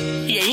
人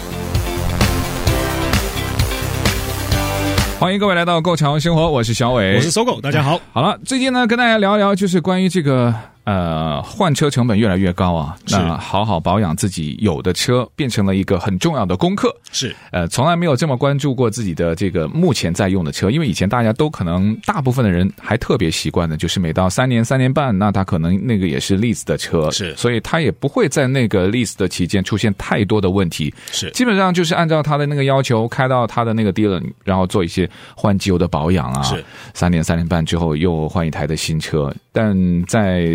欢迎各位来到《购潮生活》，我是小伟，我是搜狗，大家好。好了，最近呢，跟大家聊一聊，就是关于这个呃，换车成本越来越高啊，是那好好保养自己有的车，变成了一个很重要的功课。 是呃，从来没有这么关注过自己的这个目前在用的车，因为以前大家都可能大部分的人还特别习惯的，就是每到三年、三年半，那他可能那个也是 lease 的车，是所以他也不会在那个 lease 的期间出现太多的问题， 是基本上就是按照他的那个要求开到他的那个 dealer，然后做一些换机油的保养啊，是三年三年半之后又换一台的新车，但在。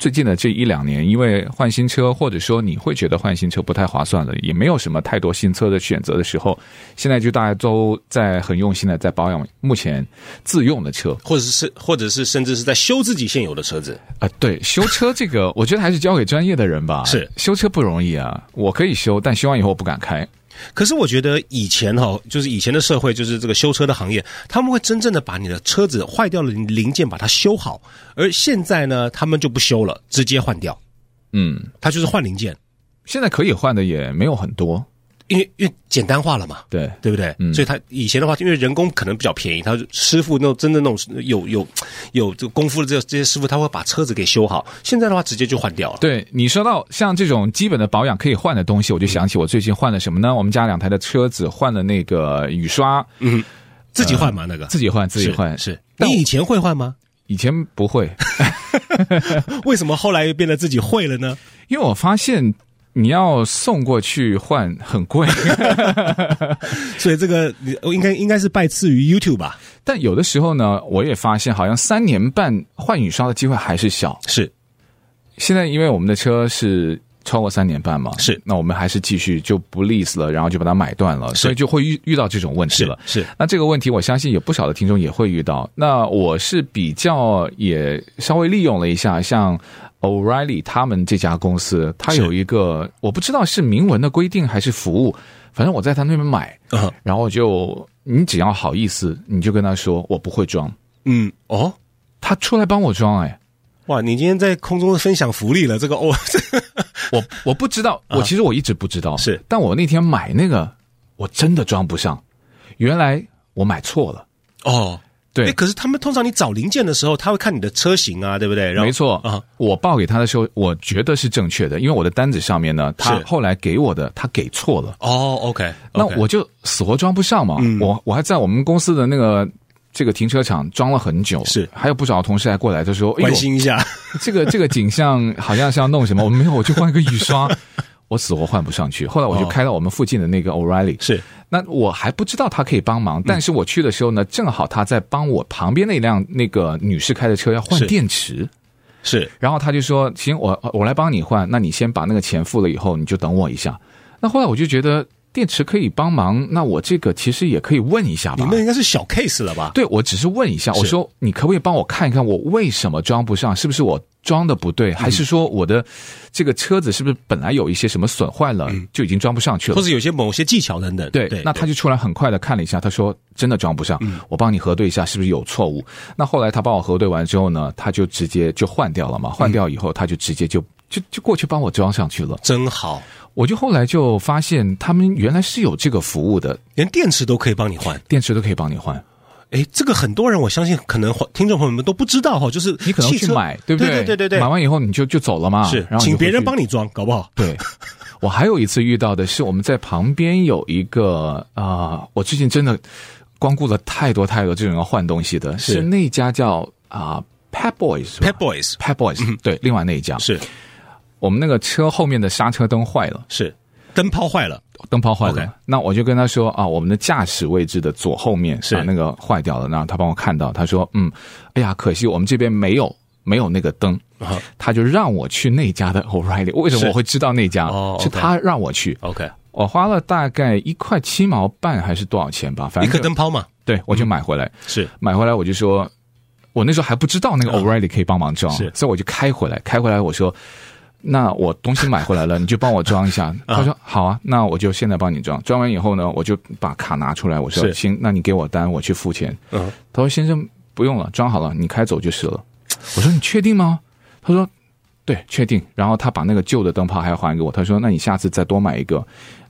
最近的这一两年，因为换新车，或者说你会觉得换新车不太划算了，也没有什么太多新车的选择的时候，现在就大家都在很用心的在保养目前自用的车或者是或者是甚至是在修自己现有的车子，啊、对，修车这个，我觉得还是交给专业的人吧。是修车不容易啊，我可以修，但修完以后我不敢开。可是我觉得以前哈、就是以前的社会，就是这个修车的行业，他们会真正的把你的车子坏掉的零件把它修好，而现在呢，他们就不修了，直接换掉，嗯，它就是换零件，现在可以换的也没有很多。因为因为简单化了嘛。对，对不对？嗯所以他以前的话，因为人工可能比较便宜，他就师傅那种真的那种有有有这个功夫的这这些师傅，他会把车子给修好。现在的话，直接就换掉了。对你说到像这种基本的保养可以换的东西，我就想起我最近换了什么呢？我们家两台的车子换了那个雨刷，嗯，自己换吗？那个自己换自己是换。是。但你我以前会换吗？ 以前不会，为什么后来又变得自己会了呢？因为我发现你要送过去换很贵， 所以这个你应该应该是拜赐于 YouTube 吧？但有的时候呢，我也发现好像三年半换雨刷的机会还是小。是现在因为我们的车是超过三年半嘛，是那我们还是继续就不 lease 了，然后就把它买断了，所以就会遇遇到这种问题了。是那这个问题，我相信有不少的听众也会遇到。那我是比较也稍微利用了一下，像 O'Reilly 他们这家公司，它是有一个我不知道是明文的规定还是服务，反正我在他那边买，啊然后就你只要好意思，你就跟他说我不会装，嗯哦他出来帮我装，哎，哇！你今天在空中分享福利了，这个哦我我不知 道，我其实我一直不知道，啊是但我那天买那个我真的装不上，原来我买错了， 哎哦。对诶，可是他们通常你找零件的时候，他会看你的车型啊，对不对？然后没错啊，我报给他的时候，我觉得是正确的，因为我的单子上面呢，他是后来给我的他给错了，哦，OK，嗯那我就死活装不上嘛。我我还在我们公司的那个这个停车场装了很久，是还有不少同事还过来，他说：“哎关呦，心 一下，这个这个景象 好像是要弄什么？”我没有，我去换个雨 刷，我死活换不上去。后来我就哦开到我们附近的那个 O'Reilly，是嗯那我还不知道他可以帮忙，但是我去的时候呢，正好他在帮我旁边那辆那个女士开的车要换是电池。是然后他就说：“行，我我来帮你换，那你先把那个钱付了以后，你就等我一下。”那后来我就觉得电池可以帮忙，那我这个其实也可以问一下你吧们。应该是小 case 了吧？对，我只是问一下，是我说你可不可以帮我看一看我为什么装不上？是不是我装的不对，还是说我的这个车子是不是本来有一些什么损坏了，就已经装不上去了或？者有些某些技巧等等。对，那他就出来很快的看了一下，他说真的装不上，嗯我帮你核对一下是不是有错误。那后来他帮我核对完之后呢，他就直接就换掉嗯了嘛，换掉以后他就直接就就就过去帮我装上去了。真好，我就后来就发现他们原来是有这个服务的，连电池都可以帮你换。电池都可以帮你换。哎，这个很多人我相信可能听众朋友们都不知道哈，就是你可能汽去车买，对不对对对对对，买完以后你就就走了嘛，是然后请别人帮你你装，搞不好。就回去。对，我还有一次遇到的是我们在旁边有一个啊、我最近真的光顾了太多太多这种要换东西的，是是那家叫啊、Pet Boys 是吧 Pet Boys Pet Boys，对，另外那一家是我们那个车后面的刹车灯坏了，是，灯泡坏了，灯泡坏了。 OK 那我就跟他说啊，我们的驾驶位置的左后面是啊、那个坏掉了，然后他帮我看到，他说嗯，哎呀，可惜我们这边没有没有那个灯。啊他就让我去那家的 O'Reilly，为什是么我会知道那家？哦，OK 是他让我去， OK，我花了大概一块七毛半还是多少钱吧，反一正颗灯泡嘛，对我就买回来。是买回来我就说，我那时候还不知道那个 O'Reilly 可以帮忙装，啊是所以我就开回来，开回来我说。那我东西买回来了，你就帮我装一 下。他说好啊，那我就现在帮你装。装完以后呢，我就把卡拿出来，我说是行，那你给我单，我去付钱。嗯，他说先生不用了，装好了，你开走就是了。我说你确定吗？他说对，确定。然后他把那个旧的灯泡还还给我，他说那你下次再多买一个，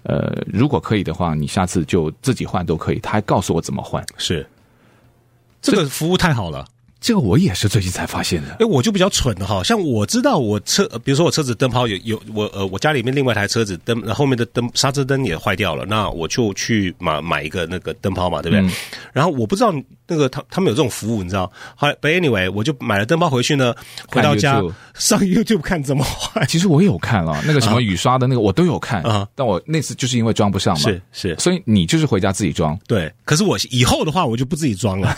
呃，如果可以的话，你下次就自己换都可以。他还告诉我怎么换，是，这个服务太好了。这个我也是最近才发现的。哎，我就比较蠢的哈，像我知道我车，呃比如说我车子灯泡有有我呃，我家里面另外一台车子灯后面的灯刹车灯也坏掉了，那我就去买买一个那个灯泡嘛，对不对？嗯然后我不知道那个他他们有这种服务，你知道？后来 but anyway，我就买了灯泡回去呢，回看到家 YouTube 上 YouTube 看怎么坏，其实我有看了那个什么雨刷的那个，我都有看啊，但我那次 就是因为装不上嘛，是是所以你就是回家自己装，对，可是我以后的话，我就不自己 装了，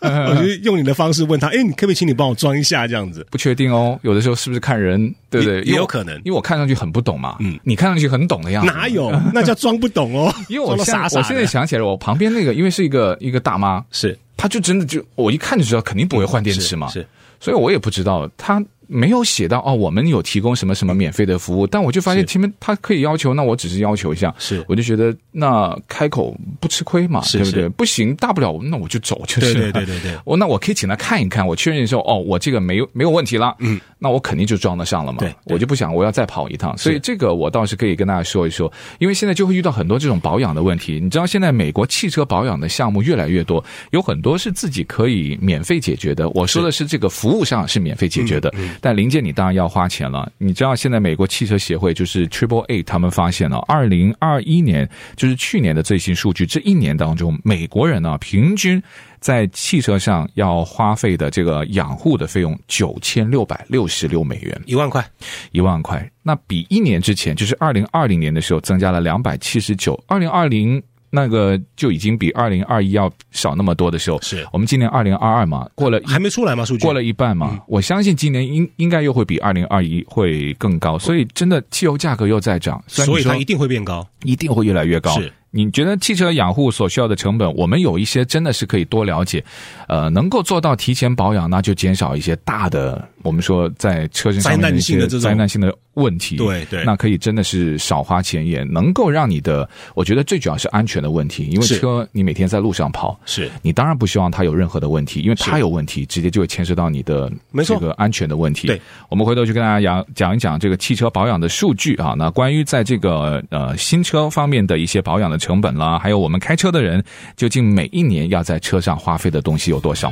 我就用你的方式问他，哎，你可不可以请你帮我装一下这样子？不确定哦，有的时候是不是看人，对不对？也因为我也有可能因为我看上去很不懂嘛，嗯，你看上去很懂的样子，哪？有？那叫装不懂哦，啊因为我装现得在傻傻的我现在想起来了，我旁边那个因为是一个一个大妈，是她就真的就我一看就知道肯定不会换电池嘛，是是所以我也不知道她没有写到哦，我们有提供什么什么免费的服务，但我就发现是前面她可以要求，那我只是要求一下，是我就觉得那开口不吃亏嘛，是对不对？是不行，大不了那我就走就是对了。对对对对 我那我可以请他看一看，我确认说哦，我这个没有没有问题啦，嗯，那我肯定就装得上了嘛。对对我就不想我要再跑一趟，所以这个我倒是可以跟大家说一说，因为现在就会遇到很多这种保养的问题。你知道现在美国汽车保养的项目越来越多，有很多是自己可以免费解决的。我说的是这嗯个服务上是免费解决的，但零件你当然要花钱了。你知道现在美国汽车协会就是 Triple A 他们发现了，二零二一年就是去年的最新数据，这一年当中美国人呢、啊平均。在汽车上要花费的这个养护的费用九千六百六十六美元，一万块，一万块，那比一年之前，就是二零二零年的时候增加了两百七十九，二零二零。那个就已经比二零二一要少那么多的时候，是我们今年二零二二嘛，过了一还没出来吗？数据过了一半嗯嘛，我相信今年应应该又会比二零二一会更高，所以真的汽油价格又在涨，虽然所你以说嗯它一定会变高。一定会越来越高。是你觉得汽车养护所需要的成本，我们有一些真的是可以多了解，呃，能够做到提前保养，那就减少一些大的我们说在车身上面灾的一难性的些这种灾难性的问题。对对那可以真的是少花钱，也能够让你的，我觉得最主要是安全的问题，因为是车你每天在路上跑，是你当然不希望它有任何的问题，因为它有问题，直接就会牵涉到你的没错这个安全的问题。对，我们回头去跟大家讲讲一讲这个汽车保养的数据啊。那关于在这个呃新车方面的一些保养的成本啦，还有我们开车的人究竟每一年要在车上花费的东西有多少？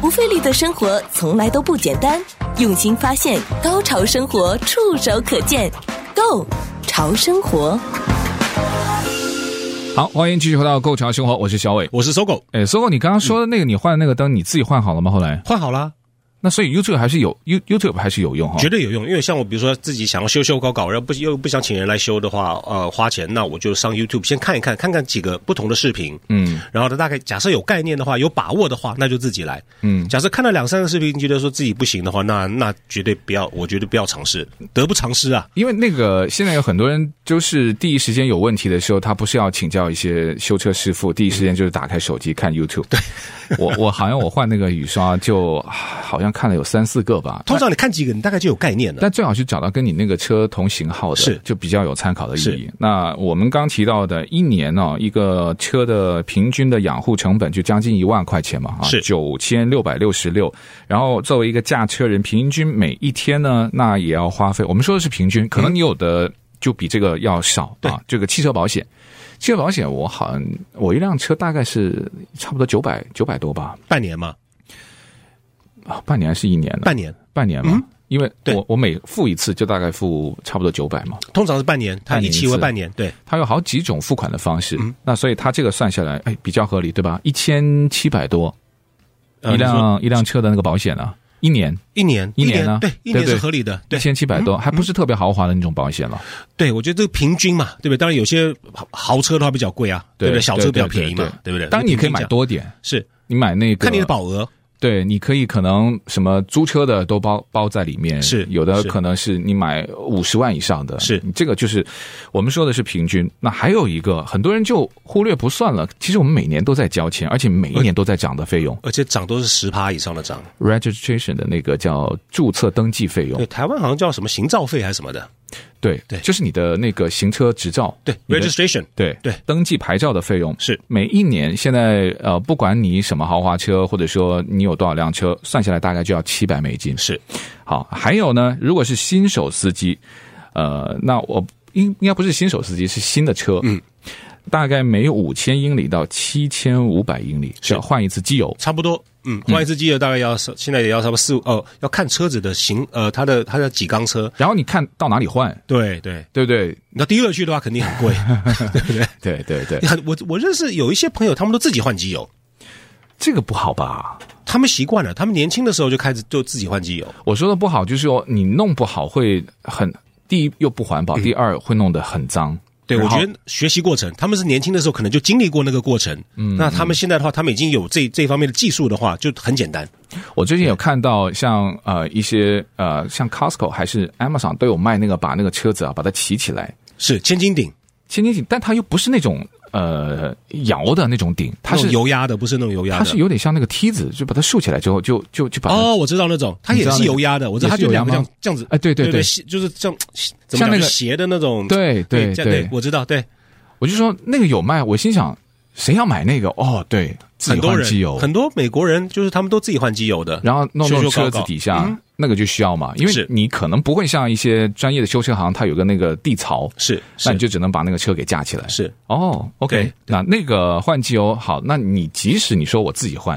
不费力的生活从来都不简单，用心发现，高潮生活触手可见 g o 潮生活。好，欢迎继续回到《购潮生活》，我是小伟。我是搜狗，哎，搜狗，你刚刚说的那个你换的那个灯，你自己换好了吗？后来，换好啦，那所以 YouTube 还是有 You YouTube 还是有用哈、绝对有用。因为像我，比如说自己想要修修搞搞，然后不又不想请人来修的话，呃，花钱，那我就上 YouTube 先看一看，看看几个不同的视频，嗯然后呢，大概假设有概念的话，有把握的话，那就自己来。嗯，假设看了两三个视频，觉得说自己不行的话，那那绝对不要，我绝对不要尝试，得不偿失啊。因为那个现在有很多人，就是第一时间有问题的时候，他不是要请教一些修车师傅，第一时间就是打开手机看 YouTube。对，我我好像我换那个雨刷就啊好像看了有三四个 吧，通常你看几个，你大概就有概念了。但最好是找到跟你那个车同型号的，是就比较有参考的意义是。那我们刚提到的，一年呢、哦一个车的平均的养护成本就将近一万块钱嘛，啊，是九千六百六十六。然后作为一个驾车人，平均每一天呢，那也要花费。我们说的是平均，可能你有的就比这个要少、啊。这个汽车保险，汽车保险我好像我一辆车大概是差不多九百九百多吧，半年嘛，啊，半年还是一年呢？半年半年嘛。因为对我我每付一次就大概付差不多九百嘛，通常是半年，它半年一期为一次半年，对，它有好几种付款的方式，嗯那所以它这个算下来，哎，比较合理，对吧？一千七百多呃一你说辆一辆车的那个保险啊，一年一年一年呢对，一对年不是对合理的，一对。嗯千七百多，还不是特别豪华的那种保险了，对，我觉得这个平均嘛，对不对？当然有些豪豪车的话比较贵啊，对不对？小车比较便宜嘛，对不对？当然你可以买平均价多点，是你买那个看你的保额，对，你可以可能什么租车的都包包在里面，是有的是可能是你买五十万以上的，是这个就是我们说的是平均。那还有一个，很多人就忽略不算了，其实我们每年都在交钱，而且每一年都在涨的费用而且涨都是十趴以上的涨。 ，registration 的那个叫注册登记费用对，，台湾好像叫什么行照费还是什么的，对对就是你的那个行车执照，对你的，registration，对对登记牌照的费用是每一年现在呃，不管你什么豪华车，或者说你有多少辆车，算下来大概就要七百美金。是好，还有呢，如果是新手司机，呃，那我应应该不是新手司机，是新的车，嗯，大概每五千英里到七千五百英里是要换一次机油。差不多。嗯，换一次机油大概要四现在也要差不多四五哦，要看车子的型，呃，它的它的几缸车。然后你看到哪里换，对对，对不对？那第二去的话肯定 很贵。对对对，很我我认识有一些朋友，他们都自己换机油，这个不好吧？他们习惯了，他们年轻的时候就开始就自己换机油。我说的不好，就是说你弄不好会很第一又不环保，第二会弄得很脏。嗯对，我然后觉得学习过程，他们是年轻的时候可能就经历过那个过程，嗯，那他们现在的话，他们已经有这这方面的技术的话，就很简单。我最近有看到像呃一些呃像 Costco 还是 Amazon 都有卖那个把那个车子啊把它骑起来，是千斤顶，千斤顶，但它又不是那种呃摇的那种顶，它它是是油压的，不是那种油压它的。是有点像那个梯子，就把它竖起来之后就就就把它、哦，我知道那种，它你知也道是那个油压的，我知道它也是就油压两个这样吗这样子，哎对对对对斜就是这样，怎么像那讲个斜的那种，对对这样对对，我知道，对，我就说那个有卖，我心想谁要买那个？哦，对，自很己多换人机油，很多美国人就是他们都自己换机油的，然后弄修弄修车搞子搞嗯底下。那个就需要嘛，因为是你可能不会像一些专业的修车行，它有个那个地槽，是那是你就只能把那个车给架起来。是哦，OK，对那那个换机油好，那你即使你说我自己换，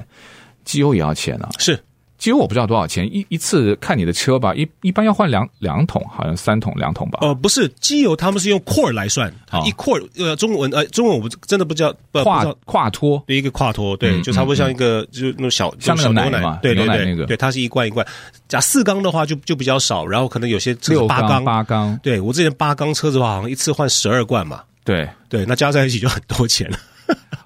机油也要钱啊。是机油我不知道多少钱，一一次看你的车吧，一一般要换两两桶，好像三桶两桶吧。呃，不是机油，他们是用 q u 来算哦，一 q u 呃，中文呃，中文我不真的不知道，呃不不跨知道跨脱，一个跨脱，对，嗯就差不多像一个，就是那种小，像那个小奶牛嘛对对牛奶对，那个对，它是一罐一罐。假四缸的话就，就比较少，然后可能有些车六子八缸缸，八缸，对我之前八缸车子的话，好像一次换十二罐嘛，对，对，那加在一起就很多钱 了。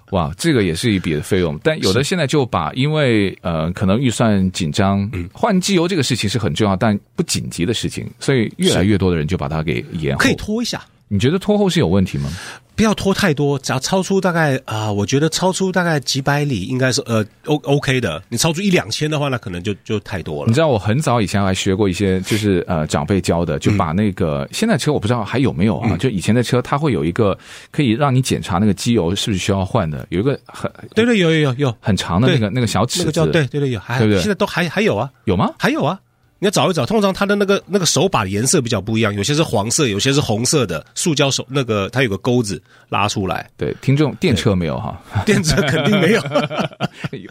哇，这个也是一笔的费用。但有的现在就把，因为呃，可能预算紧张，嗯换机油这个事情是很重要，但不紧急的事情，所以越来越多的人就把它给延后可。以拖一下，你觉得拖后是有问题吗？不要拖太多，只要超出大概啊、我觉得超出大概几百里应该是呃 O OK 的。你超出一两千的话，那可能就就太多你了。知道我很早以前还学过一些， 就是呃长辈教的，就把那个、现在车我不知道还有没有嗯啊，就以前的车它会有一个可以让你检查那个机油是不是需要换的，有一个很对对，有有有有，很长的那个对那个小尺那子，个叫对对对有，还对不对现在都还还有啊，有吗？还有啊，你要找一找，通常它的那个那个手把的颜色比较不一样，有些是黄色，有些是红色的，塑胶手那个它有个钩子拉出来， 对，听众电车没有哈，电子肯定 没有，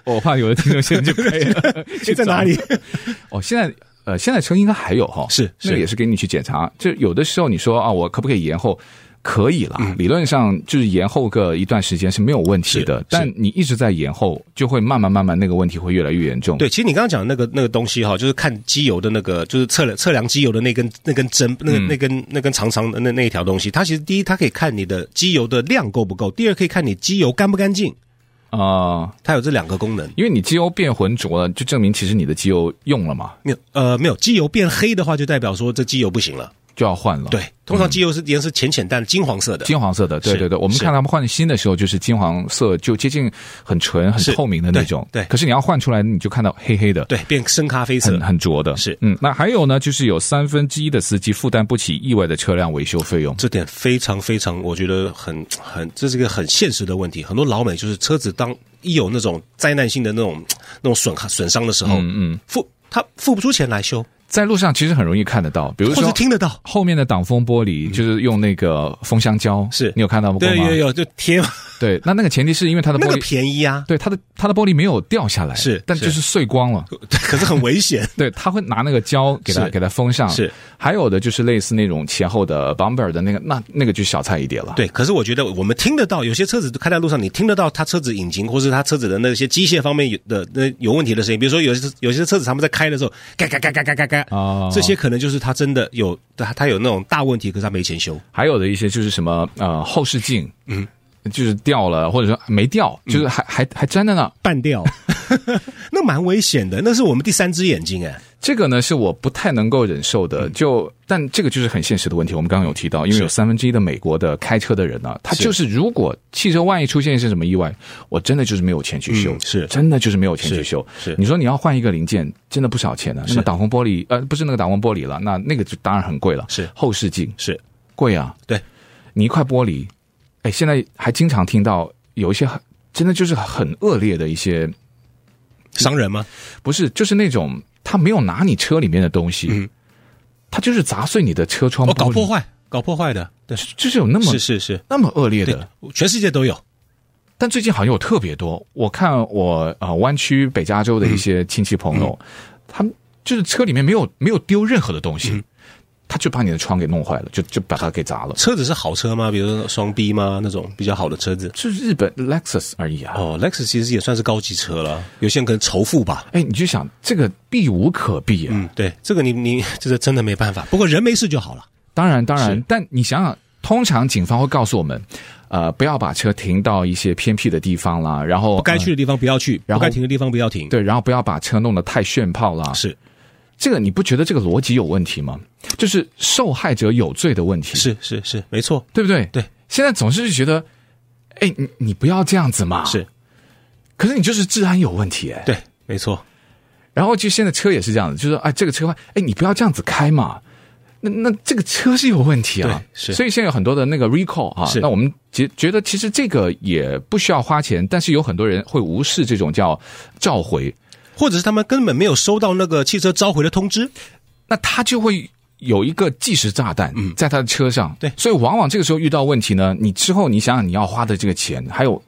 我怕有的听众现在就可以了这在哪里？哦，现在呃，现在车应该还有哈、是那个是也是给你去检查。就有的时候你说啊，我可不可以延后？可以啦，理论上就是延后个一段时间是没有问题的嗯是，但你一直在延后，就会慢慢慢慢那个问题会越来越严重。对，，其实你刚刚讲的那个那个东西哈，就是看机油的那个，就是测量测量机油的那根那根针，那个那根那根长长的那那一条东西，它其实第一它可以看你的机油的量够不够，第二可以看你机油干不干净，啊、它有这两个功能。因为你机油变浑浊了，就证明其实你的机油用了嘛，没有呃没有，机油变黑的话，就代表说这机油不行了。就要换了。对，，通常机油是颜色浅浅淡金黄色的，金黄色的，对是对对，我们是看他们换新的时候，就是金黄色，就接近很纯、很是透明的那种。对对可是你要换出来，你就看到黑黑的。对，变深咖啡色很。很浊的，是嗯，那还有呢，就是有三分之一的司机负担不起意外的车辆维修费用，这点非常非常，我觉得很很，这是一个很现实的问题。很多老美就是车子当一有那种灾难性的那种那种损损伤的时候，嗯嗯，付他付不出钱来修，在路上其实很容易看得到，比如或者说听得到，后面的挡风玻璃就是用那个封箱胶，是你有看到过吗？对，有有就贴嘛，对那那个前提是因为它的 那玻个璃，便宜 啊，对它的它的玻璃没有掉下来，是但就是碎光了。可是很危险。对，他会拿那个胶给它是给它封上，是。还有的就是类似那种前后的 bumper 的那个，那那个就小菜一碟了。 对，可是我觉得我们听得到，有些车子开在路上，你听得到它车子引擎或是它车子的那些机械方面有的那有问题的声音，比如说有些有些车子他们在开的时候，嘎嘎嘎嘎嘎嘎嘎，哦这些可能就是他真的有他他有那种大问题，可是他没钱修。还有的一些就是什么呃后嗯视镜，嗯，就是掉了，或者说没掉，就是还、还还粘在那。 半掉，那蛮危险的，那是我们第三只眼睛哎、这个呢是我不太能够忍受嗯的，就但这个就是很现实的问题。我们刚刚有提到，因为有三分之一的美国的开车的人呢、他就是如果汽车万一出现一些什么意外，我真的就是没有钱去修，嗯是真的就是没有钱去修。是是你说你要换一个零件，真的不少钱呢、那个挡风玻璃，呃，不是那个挡风玻璃了，那那个就当然很贵了，是后视镜是贵啊，对，你一块玻璃，哎，现在还经常听到有一些很真的就是很恶劣的一些伤人吗？不是，就是那种他没有拿你车里面的东西，嗯他就是砸碎你的车窗玻哦，璃，搞破坏，搞破坏的，对，就，就是有那么是是是，那么恶劣对的。，全世界都有，但最近好像有特别多，我看我呃湾区北加州的一些亲戚朋嗯友，他们就是车里面没有没有丢任何的东嗯西，他就把你的窗给弄坏了，就就把它给砸了。车子是好车吗？比如说双 B 吗？那种比较好的车子。就是日本 Lexus 而已啊。哦，Lexus 其实也算是高级车了，有些人可能仇富吧。哎，你就想这个避无可避啊！嗯，对，这个你你这个真的没办法。不过人没事就好了。当然，当然是，但你想想，通常警方会告诉我们，呃，不要把车停到一些偏僻的地方啦，然后不嗯该去呃的地方不要去，然不后该停的地方不要停。，对，然后不要把车弄得太炫炮啦。是这个你不觉得这个逻辑有问题吗？就是受害者有罪的问题，是是是，没错，对不对？对，现在总是就觉得，哎，你你不要这样子嘛。是，可是你就是治安有问题哎。对，没错，然后就现在车也是这样子，就是哎，这个车坏，哎，你不要这样子开嘛。那那这个车是有问题啊对，是所以现在有很多的那个 recall 啊是，那我们觉觉得其实这个也不需要花钱，但是有很多人会无视这种叫召回，或者是他们根本没有收到那个汽车召回的通知。那他就会有一个计时炸弹在他的车上，嗯对所以往往这个时候遇到问题呢，你之后你想想你要花的这个钱，还有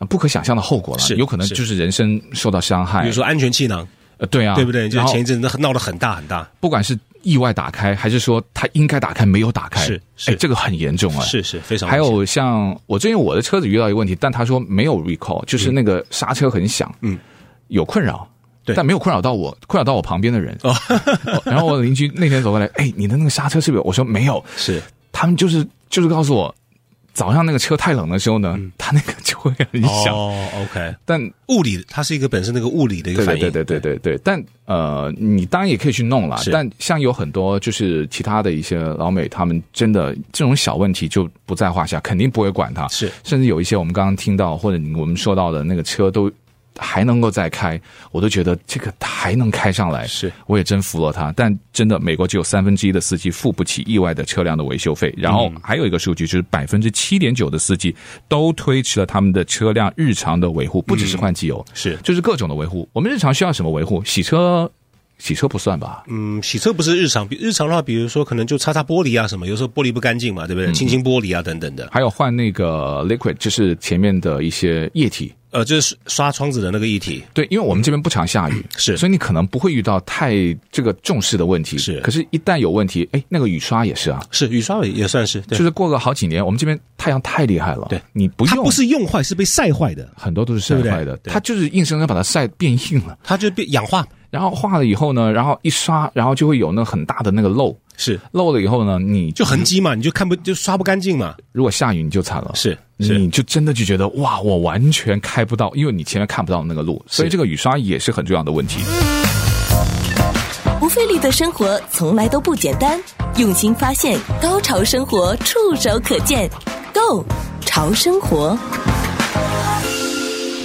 呃不可想象的后果了，是有可能是就是人身受到伤害，比如说安全气囊，呃对啊，对不对？就然是后前一阵子闹得很大很大。不管是意外打开，还是说他应该打开没有打开，是是哎这个很严重啊。是是非常还危险有像我最近我的车子遇到一个问题，但他说没有 recall，就是那个刹车很响，嗯，有困扰。对但没有困扰到我，困扰到我旁边的人。哦、 然后我邻居那天走过来，哎，你的那个刹车是不是有？我说没有，是他们就是就是告诉我，早上那个车太冷的时候呢，他那个就会很响。嗯哦，OK，但物理它是一个本身那个物理的一个对反对应，对对对对对，但呃，你当然也可以去弄啦是。但像有很多就是其他的一些老美，他们真的这种小问题就不在话下，肯定不会管它。是甚至有一些我们刚刚听到或者我们说到的那个车都还能够再开，我都觉得这个还能开上来，是我也真服了他。但真的，美国只有三分之一的司机付不起意外的车辆的维修费，然嗯后还有一个数据就是百分之七点九的司机都推迟了他们的车辆日常的维护，不只是换机油，嗯是就是各种的维护。我们日常需要什么维护？洗车，洗车不算吧？嗯，洗车不是日常，比日常的话，比如说可能就擦擦玻璃啊什么，有时候玻璃不干净嘛，对不对？清清玻璃啊等等的，还有换那个 liquid，就是前面的一些液体。呃，就是刷窗子的那个议题，对，因为我们这边不常下雨，嗯是所以你可能不会遇到太这个重视的问题。是可是，一旦有问题，哎，那个雨刷也是啊，是雨刷也也算是，就对，是过个好几年，我们这边太阳太厉害了，对你不它用，不是用坏，是被晒坏的，很多都是晒对不对坏的，对它就是硬生生把它晒变硬了，它就变氧化，然后化了以后呢，然后一刷，然后就会有那很大的那个漏，是漏了以后呢，你就痕迹嘛，你就看不就刷不干净嘛，嗯如果下雨你就惨了，是是你就真的就觉得哇，我完全开不到，因为你前面看不到那个路，所以这个雨刷也是很重要的问题。不费力的生活从来都不简单，用心发现，高潮生活触手可见 g o 潮生活。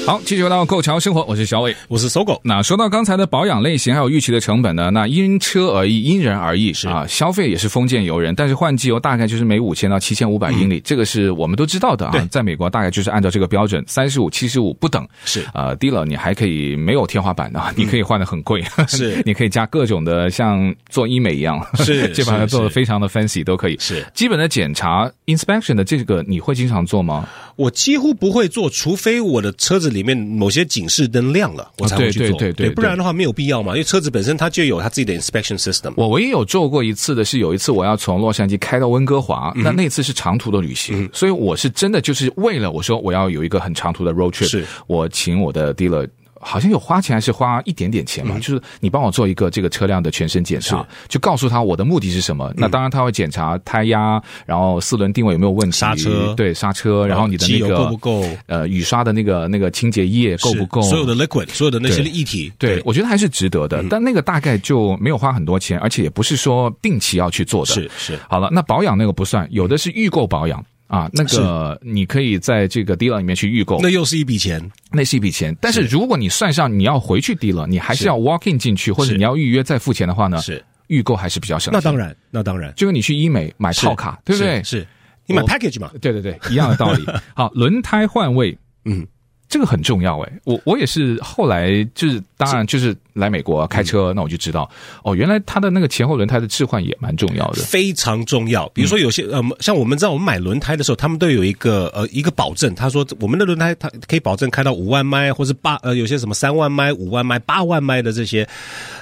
好，继续回到购潮生活，我是小伟。我是搜狗，那说到刚才的保养类型还有预期的成本呢，那因车而异，因人而异啊。消费也是封建由人，但是换机油大概就是每五千到七千五百英里，这个是我们都知道的嗯对啊。在美国大概就是按照这个标准，三十五、七十五不等。是嗯呃，低了你还可以没有天花板啊，你可以换的很贵， 是你可以加各种的，像做医美一样， 是就把它是做的是非常的 fancy 都可以。是基本的检查 inspection 的这个你会经常做吗？我几乎不会做，除非我的车子里面某些警示灯亮了，我才会去做，啊对对对对不然的话没有必要嘛，因为车子本身它就有它自己的 inspection system，我唯一有做过一次的是，有一次我要从洛杉矶开到温哥华，嗯那那次是长途的旅行，所以我是真的就是为了我说我要有一个很长途的 road trip，是我请我的 dealer。好像有花钱还是花一点点钱嘛，就是你帮我做一个这个车辆的全身检查嗯是，就告诉他我的目的是什么。那当然他会检查胎压，然后四轮定位有没有问题，刹车对刹车，然后你的那机个油够不够呃雨刷的那个那个清洁液够不够，是所有的 liquid，所有的那些对液体，对，我觉得还是值得嗯的，但那个大概就没有花很多钱，而且也不是说定期要去做的。是是好了，那保养那个不算，有的是预购保养啊，那个你可以在这个 dealer 里面去预购，那又是一笔钱，那是一笔钱。但是如果你算上你要回去 dealer，你还是是要 walk in 进去，或者是你要预约再付钱的话呢，是预购还是比较省。那当，然，那当然，就跟你去医美买是套卡，对不对？哦是是你买我 package 嘛，对对对，一样的道 理。好，轮胎换位，嗯，这个很重要哎、我我也是后来就是，当然就是来美国开嗯车，那我就知道哦，原来它的那个前后轮胎的置换也蛮重要的。非常重要。比如说有些呃，像我们知道我们买轮胎的时候，他们都有一个呃一个保证，他说我们的轮胎它可以保证开到五万迈，或是八呃有些什么三万迈、五万迈、八万迈的这些，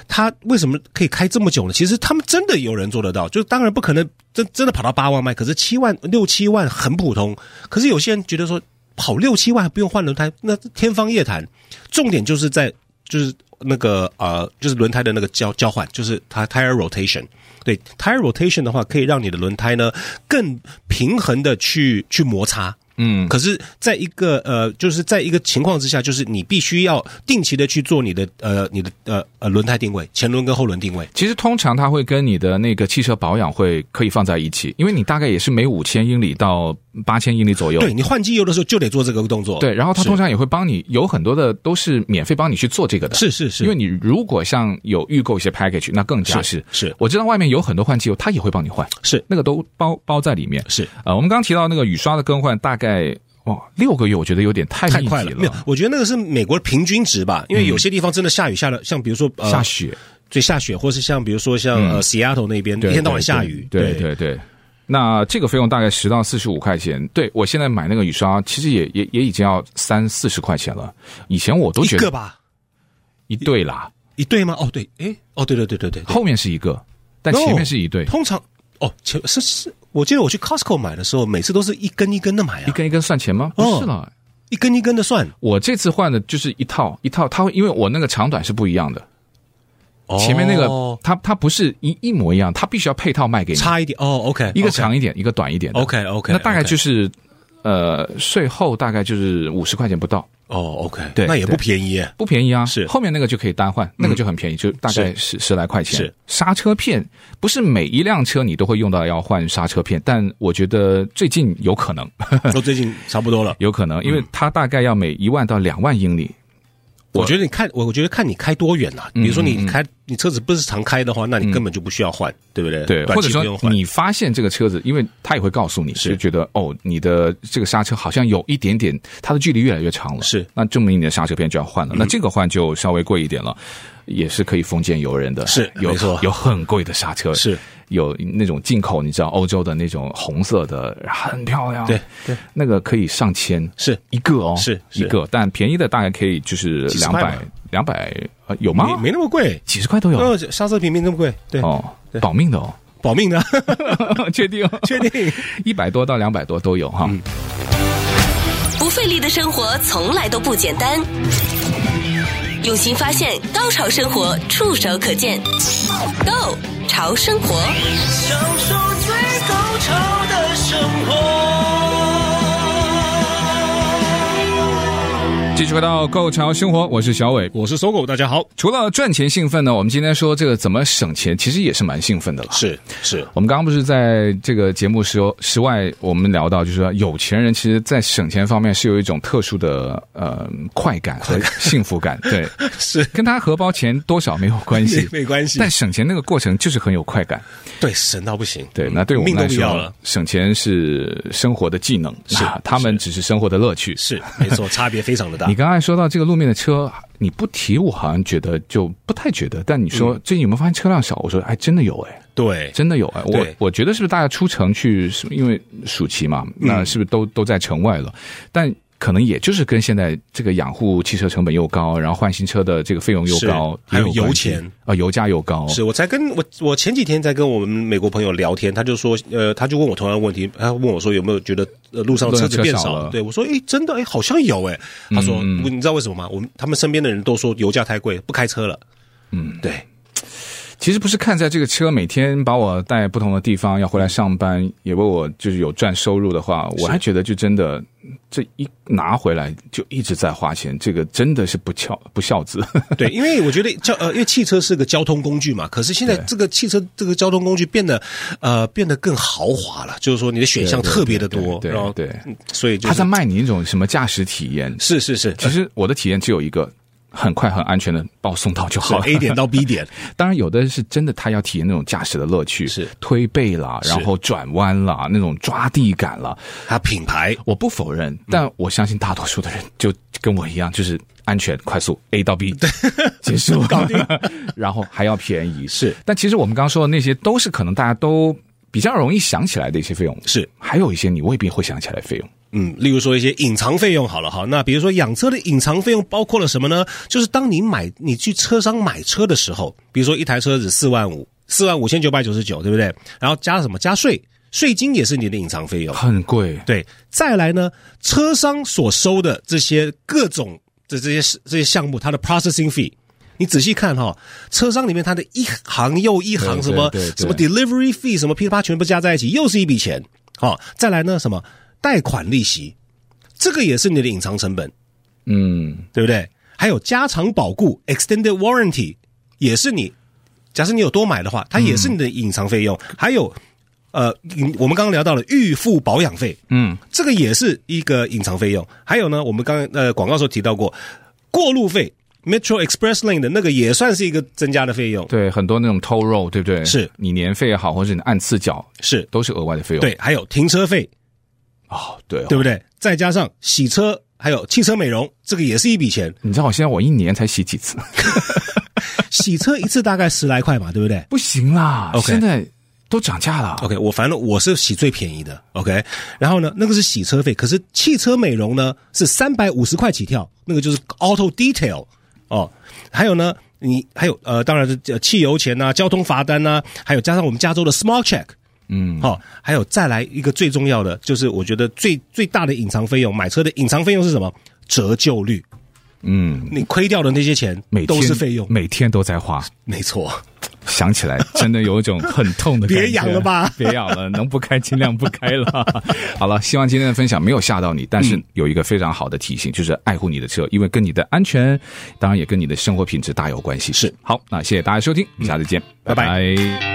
他为什么可以开这么久呢？其实他们真的有人做得到，就当然不可能真真的跑到八万迈，可是七万六七万很普通。可是有些人觉得说跑六七万还不用换轮胎，那天方夜谭。重点就是在就是那个呃，就是轮胎的那个交交换，就是它 tire rotation。对 tire rotation 的话，可以让你的轮胎呢更平衡的去去摩擦。嗯，可是，在一个呃，就是在一个情况之下，就是你必须要定期的去做你的呃你的呃呃轮胎定位，前轮跟后轮定位。其实通常它会跟你的那个汽车保养会可以放在一起，因为你大概也是每五千英里到八千英里左右。对你换机油的时候就得做这个动作。对，然后它通常也会帮你有很多的都是免费帮你去做这个的。是是是，因为你如果像有预购一些 package，那更加是是我知道外面有很多换机油，它也会帮你换，是那个都包包在里面。是呃，我们刚刚提到那个雨刷的更换，大概哇六个月，我觉得有点太太密快集嗯了，没有，我觉得那个是美国的平均值吧，因为有些地方真的下雨下的，像比如说呃下雪，嗯对下雪，或是像比如说像、呃 Seattle 那边一对天到晚下雨，对对对。那这个费用大概十到四十五块钱，对我现在买那个雨刷，其实也也也已经要三四十块钱了。以前我都一觉个得吧，一对啦，一对吗？哦对，诶，哦对对对对对，对后面是一个，但 No，前面是一对，通常哦前是是，我记得我去 Costco 买的时候，每次都是一根一根的买啊，一根一根算钱吗？哦不是了，一根一根的算，我这次换的就是一套一套，它会因为我那个长短是不一样的，哦前面那个它它不是一一模一样，它必须要配套卖给你，差一点哦，OK，一个长一点，一个短一点的。 OK，OK，OK 那大概就是呃税后大概就是五十块钱不到，哦，OK，对那也不对便宜耶，不便宜啊。是嗯后面那个就可以单换，那个就很便宜，就大概十十来块钱。是刹车片不是每一辆车你都会用到要换刹车片，但我觉得最近有可能， 都最近差不多了。有可能，因为它大概要每一万到两万英里。我觉得你看，我我觉得看你开多远啦、嗯比如说你开、你车子不是常开的话，那你根本就不需要换，对不对？对，短或者期不用说换。你发现这个车子，因为它也会告诉你，就觉得哦，你的这个刹车好像有一点点，它的距离越来越长了，是嗯那证明你的刹车片就要换了。那这个换就稍微贵一点了，也是可以封建游人的，是有没错有很贵的刹车，是有那种进口，你知道欧洲的那种红色的，很漂亮，对对，那个可以上千，是一个哦，是是一个，但便宜的大概可以就是几十两块百吧两百呃有没吗？没那么贵，几十块都有哦，刹车平没那么贵，对，啊哦，保命的哦，保命的、啊，确定哦确 定。嗯一百多到两百多都有哈。不费力的生活从来都不简单。用心发现，高潮生活触手可见 Go 潮生活，享受最高潮的生活。继续回到购潮生 活，我是小伟。我是搜狗，大家好，除了赚钱兴奋呢，我们今天说这个怎么省钱，其实也是蛮兴奋的了。 是 是，我们刚刚不是在这个节目时候时外，我们聊到，就是说有钱人其实，在省钱方面是有一种特殊的呃快感和幸福 感，对，是跟他荷包钱多少没有关系， 没没关系但省钱那个过程就是很有快感。对，神到不行，对，那对我们嗯命都来不要说了，，省钱是生活的技能，是啊他们只是生活的乐趣，是没 错，差别非常的大你。刚才说到这个路面的车，你不提我好像觉得就不太觉得，但你嗯说、最近有没有发现车辆少？我说哎，真的有哎，对，真的有哎。我对我嗯觉得是不是大家出城去，是因为暑期嘛，那是不是都、都在城外了？但可能也就是跟现在这个养护汽车成本又高，然后换新车的这个费用又是高，还有也关油系钱啊、油价又高，是我才跟我我前几天才跟我们美国朋友聊天，他就说，呃，他就问我同样的问题，他问我说有没有觉得呃路上路上车子车变少少了对我说，诶，真的，诶，好像有，诶。他说，嗯你知道为什么吗？我们他们身边的人都说油价太贵，不开车了。嗯，对，其实不是看在这个车每天把我带不同的地方，要回来上班，也为我就是有赚收入的话，我还觉得就真的这一拿回来就一直在花钱，这个真的是不孝 不孝子。对，因为我觉得交呃，因为汽车是个交通工具嘛，可是现在对这个汽车这个交通工具变得呃变得更豪华了，就是说你的选项对对特别的对多，对然后对嗯所以就他是在卖你一种什么驾驶体验？是是是，其实我的体验只有一个，很快很安全的把我送到就 好好了。 A 点到 B 点，当然，有的是真的他要体验那种驾驶的乐趣，是推背啦，是然后转弯啦，那种抓地感啦。它品牌我不否认，但我相信大多数的人就跟我一样，就是安全、快速，A 到 B 结束， 搞定，然后还要便宜。是，但其实我们刚刚说的那些，都是可能大家都比较容易想起来的一些费用，是还有一些你未必会想起来的费用。嗯，例如说一些隐藏费用好了哈，那比如说养车的隐藏费用包括了什么呢？就是当你买你去车商买车的时候，比如说一台车子四万五，四万五千九百九十九，对不对？然后加什么？加税，税金也是你的隐藏费用。很贵，对，再来呢，车商所收的这些各种的这些这些项目，它的 processing fee。你仔细看哈、车商里面它的一行又一行对什么对对对什么 delivery fee 什么噼里啪啦全部加在一起，又是一笔钱。好、再来呢什么贷款利息，这个也是你的隐藏成本，嗯，对不对？还有加长保固 extended warranty 也是你，假设你有多买的话，它也是你的隐藏费用。嗯还有呃，你我们刚刚聊到了预付保养费，嗯，这个也是一个隐藏费用。还有呢，我们刚刚呃广告时候提到过，过路费 Metro Express Lane 的那个也算是一个增加的费用，对，很多那种偷肉，对不对？是你年费也好，或者你按次缴，是都是额外的费用。对，还有停车费，哦，对哦对不对？再加上洗车，还有汽车美容，这个也是一 笔钱。你知道我现在我一年才洗几次，洗车一次大概十来块嘛，对不对？不行啦 OK 现在都涨价了。 OK，我反正我是洗最便宜的，OK。然后呢，那个是洗车费，可是汽车美容呢是三百五十块起跳，那个就是 Auto Detail 哦。还有呢，你还有呃，当然是呃汽油钱呐、交通罚单呐、还有加上我们加州的 Small Check，嗯，好、还有再来一个最重要的，就是我觉得最最大的隐藏费用，买车的隐藏费用是什么？折旧率，嗯，你亏掉的那些钱每天都是费用，每天都在花。没错。想起来真的有一种很痛的感觉。 别养了吧 别养了，能不开尽量不开 了。好了，希望今天的分享没有吓到你，但是有一个非常好的提醒，就是爱护你的车，因为跟你的安全，当然也跟你的生活品质大有关系。是，好，那谢谢大家收听，下次见，拜拜拜